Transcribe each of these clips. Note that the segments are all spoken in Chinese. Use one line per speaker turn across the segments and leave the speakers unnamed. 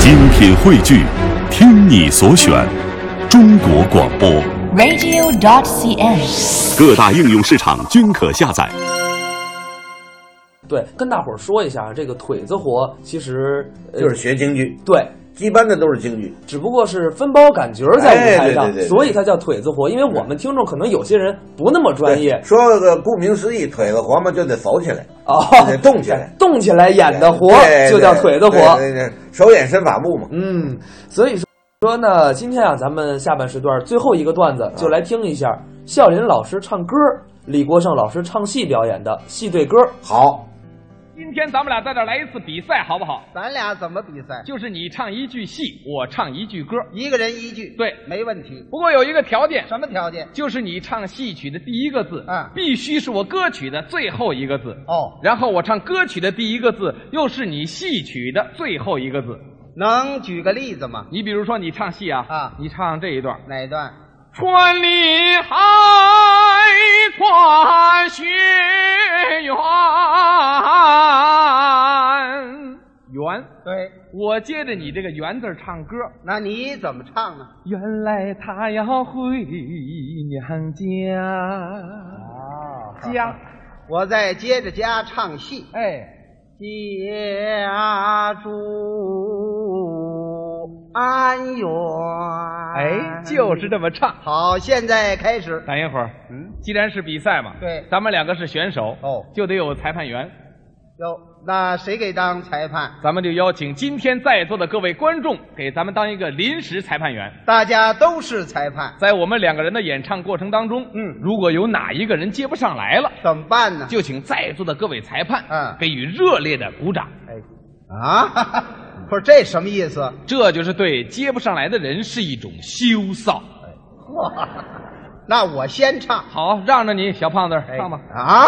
精品汇聚，听你所选，中国广播。
radio.cn。
各大应用市场均可下载。
对，跟大伙儿说一下，这个腿子活其实、呃
就是学京剧，
对，
一般的都是京剧。
只不过是分包赶角儿在舞台上，
哎对对对对
所以它叫腿子活。因为我们听众可能有些人不那么专业
说个顾名思义，腿子活嘛就得走起来，
哦，
就得动起来，
动起来演的活
对
就叫腿子活。
对对对手眼身法步嘛。
嗯，所以说说呢，今天啊，咱们下半时段最后一个段子
啊
就来听一下笑林老师唱歌，李国盛老师唱戏表演的戏对歌。
好，
今天咱们俩在这儿来一次比赛，好不好？
咱俩怎么比赛？
就是你唱一句戏，我唱一句歌。
一个人一句，
对
没问题。
不过有一个条件，
什么条件？
就是你唱戏曲的第一个字，
啊
必须是我歌曲的最后一个字。
哦，
然后我唱歌曲的第一个字，又是你戏曲的最后一个字。
能举个例子吗？
你比如说，你唱戏啊，
啊
你唱这一段，
哪一段？
穿里海跨学园园，
对，
我接着你这个“园”字儿唱歌。
那你怎么唱呢？
原来他要回娘家，
哦
家，
我再接着家唱戏。
哎，
家住安远，
哎，就是这么唱。
好。现在开始，
等一会儿，
嗯，
既然是比赛嘛，
对
咱们两个是选手，
哦
就得有裁判员，
哟，那谁给当裁判？
咱们就邀请今天在座的各位观众给咱们当一个临时裁判员。
大家都是裁判，
在我们两个人的演唱过程当中，
嗯
如果有哪一个人接不上来了，
怎么办呢？
就请在座的各位裁判，
嗯
给予热烈的鼓掌。
哎，啊， 不是这什么意思？
这就是对接不上来的人是一种羞臊。
那我先唱。
好，让着你，小胖子，唱吧。
啊，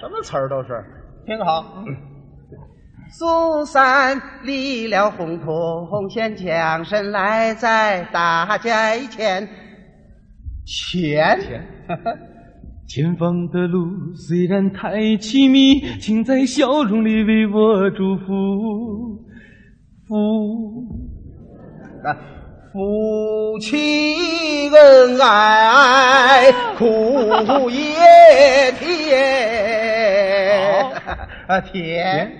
什么词儿都是，听好。苏三离了红土红线墙身来在大街前，前
前方的路虽然太凄迷，请在笑容里为我祝福。福，
啊 夫妻恩爱苦也 甜，啊甜，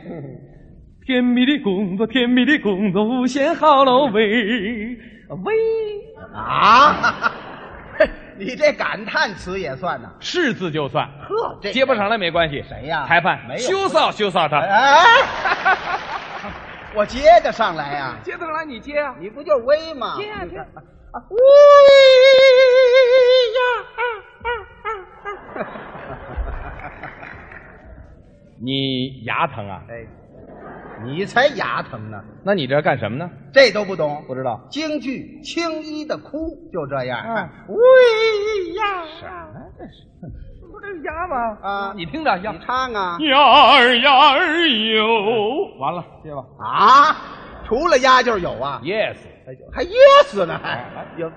甜蜜的工作，甜蜜的工作，无限好了喂喂，
啊， 你这感叹词也算呐？
是字就算，
呵，这
接不上来没关系。
谁呀
裁判，
没有
羞臊羞臊他。
哎， 我接得上来呀、
接得上来你接啊，
你不就是威吗？
接呀接呀。你牙疼啊？
哎，你才牙疼呢，
那你这干什么呢？
这都不懂。
不知道。
京剧青衣的哭就这样。
喂呀！什么这是？不这是鸭吗？
啊，
你听着，鸭
你唱啊
鸭儿鸭儿有。完了，接吧。
啊，除了鸭就是有啊，
Yes，
还噎死呢还。
哎
有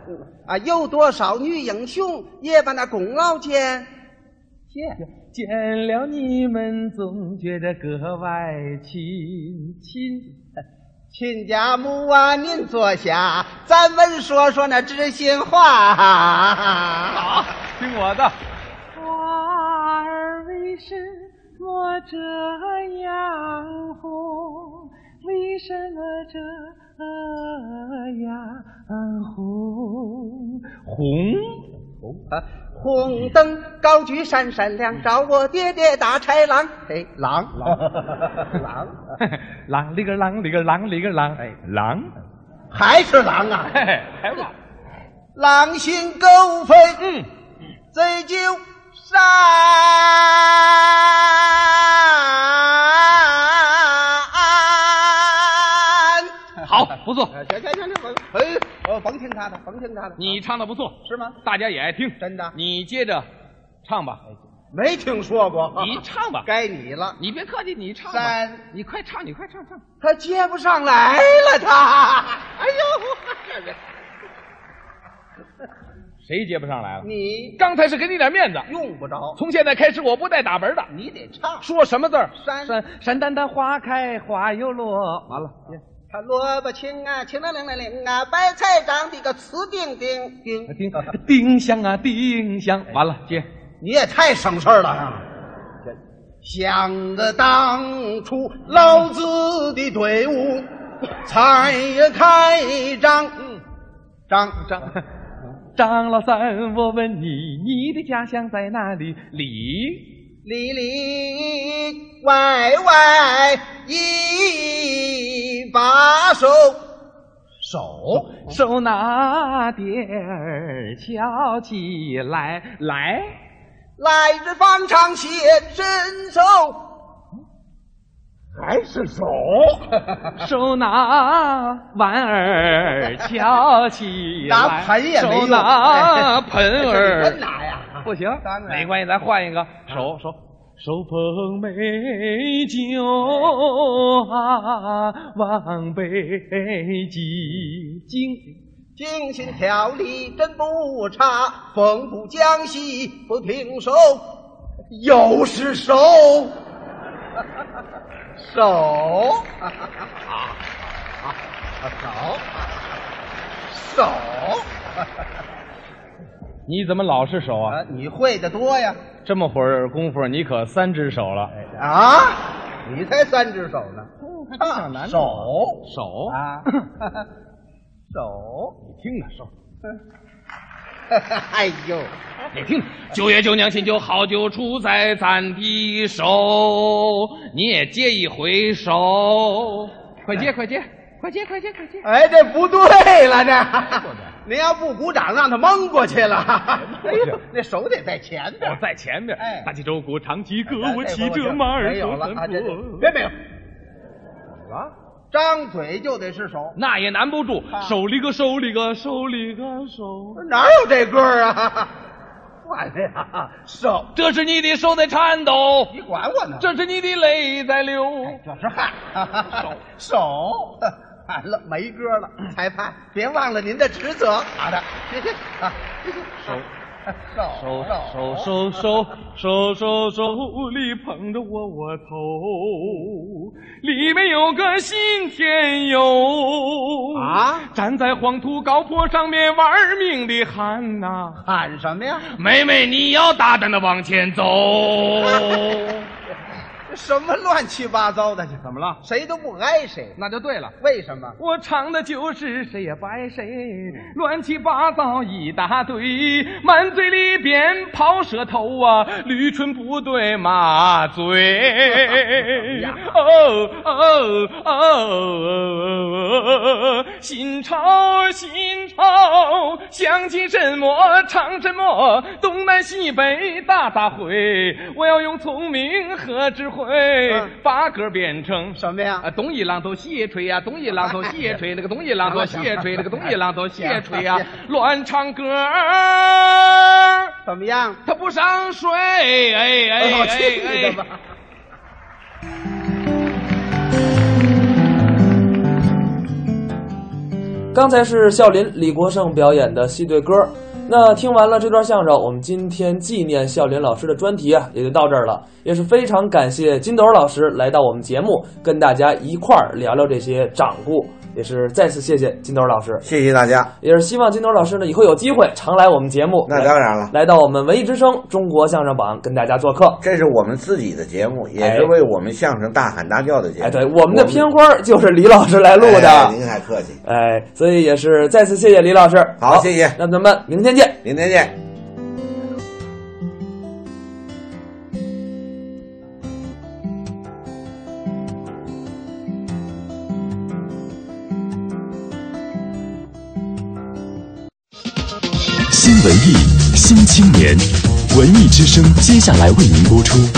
啊，有多少女英雄也把那功劳见。见
见了你们总觉得格外亲亲。
亲家母啊，您坐下，咱们说说那知心话。
好，啊听我的。
花儿为什么这样红？为什么这样红？
红
啊，红灯高举闪闪亮，照我爹爹打豺狼。哎，狼 狼狼，
狼里个狼里个狼里个狼，哎，狼，
还是狼啊！
嘿嘿，还吧，
狼心狗肺，嗯，醉酒杀。
好，不错，
行行行行，我哎，我甭听他的，甭听他的。
你唱的不错，
是吗？
大家也爱听，
真的
你接着唱吧，
没听说过。
你 唱吧，
该你了，
你别客气，你唱吧，
三，
你快唱，你快唱唱。
他接不上来了，他。哎呦，
谁接不上来了？
你
刚才是给你点面子，
用不着，
从现在开始我不带打门的。
你得唱。
说什么字儿？
山
山山丹丹花开花又落。完了，
他萝卜青啊，青了零零零啊，白菜长得个直丁丁
嗯
丁。
丁 丁香啊，丁香，完了接。
你也太省事儿了啊！想个当初，老子的队 伍才开张，张
张张老三，我问你，你的家乡在哪里？里
里里外外一把手，手
手拿点儿敲起来， 来
来日方长显身手，
还是手，
手拿碗 儿敲起来，
拿盆也没
手
用哎
拿 盆
这
儿
你真拿呀？
不行
当，然
没关系，咱换一个手手手捧美酒啊，往北几经。
精心调理真不差，缝补浆隙不停手，又是 手， 手，手， 手
你怎么老是手啊
啊！？你会的多呀！
这么会儿功夫，你可三只手了。
啊，你才三只手呢，啊手
手
啊， 手，
你听着手。
哎 呦，
你听，九爷九娘亲酒好酒出在咱的手，你也接一回手，快接快接快接快接快接！
哎，这不对 了，这您要不鼓掌，让他蒙过去了。哎呦，那手得在前边
我。在前面
哎，
打起周鼓，长旗歌，
哎
我骑着马儿
没有
走
了啊！
三
这这
步。
别没有，啊，张嘴就得是手，
那也难不住
啊，
手里个手里个手里个手，
哪有这歌儿啊？ 管呀，手，
这是你的手在颤抖，
你管我呢？
这是你的泪在流。
这是汗，手 手， 完了没歌了，裁判，别忘了您的职责。好的，谢谢啊，手手
手手手手手手手里捧着窝窝头，里面有个信天游
啊，
站在黄土高坡上面玩命的喊呐、
喊什么呀？
妹妹你要大胆的往前走。
这什么乱七八糟的？怎么了？谁都不挨谁，
那就对了。
为什么？
我唱的就是谁也不爱谁，乱七八糟一大堆，满嘴里边跑舌头啊，驴唇不对马嘴。哦哦哦，心潮心潮，想起什么唱什么，东南西北大大会，我要用聪明和智慧
嗯
把歌变成
什么呀
啊，？东一榔头西一锤呀、东一榔头西一 锤，那个东一榔头西一锤，那个东一榔头西一锤呀、乱唱歌儿，
怎么样？
他不上水，哎哎
我
哎
去你的
哎
吧！
刚才是笑林、李国盛表演的戏对歌。那听完了这段相声，我们今天纪念笑林老师的专题啊，也就到这儿了。也是非常感谢金斗老师来到我们节目，跟大家一块儿聊聊这些掌故。也是再次谢谢金斗老师，
谢谢大家。
也是希望金斗老师呢以后有机会常来我们节目，
那当然了，
来到我们文艺之声中国相声榜跟大家做客。
这是我们自己的节目，也是
哎
为我们相声大喊大叫的节目。
哎，对，我们的片花儿就是李老师来录的。
哎您还客气，
哎，所以也是再次谢谢李老师。
好谢谢
那咱们明天见。
明天见。
新文艺，新青年，文艺之声，接下来为您播出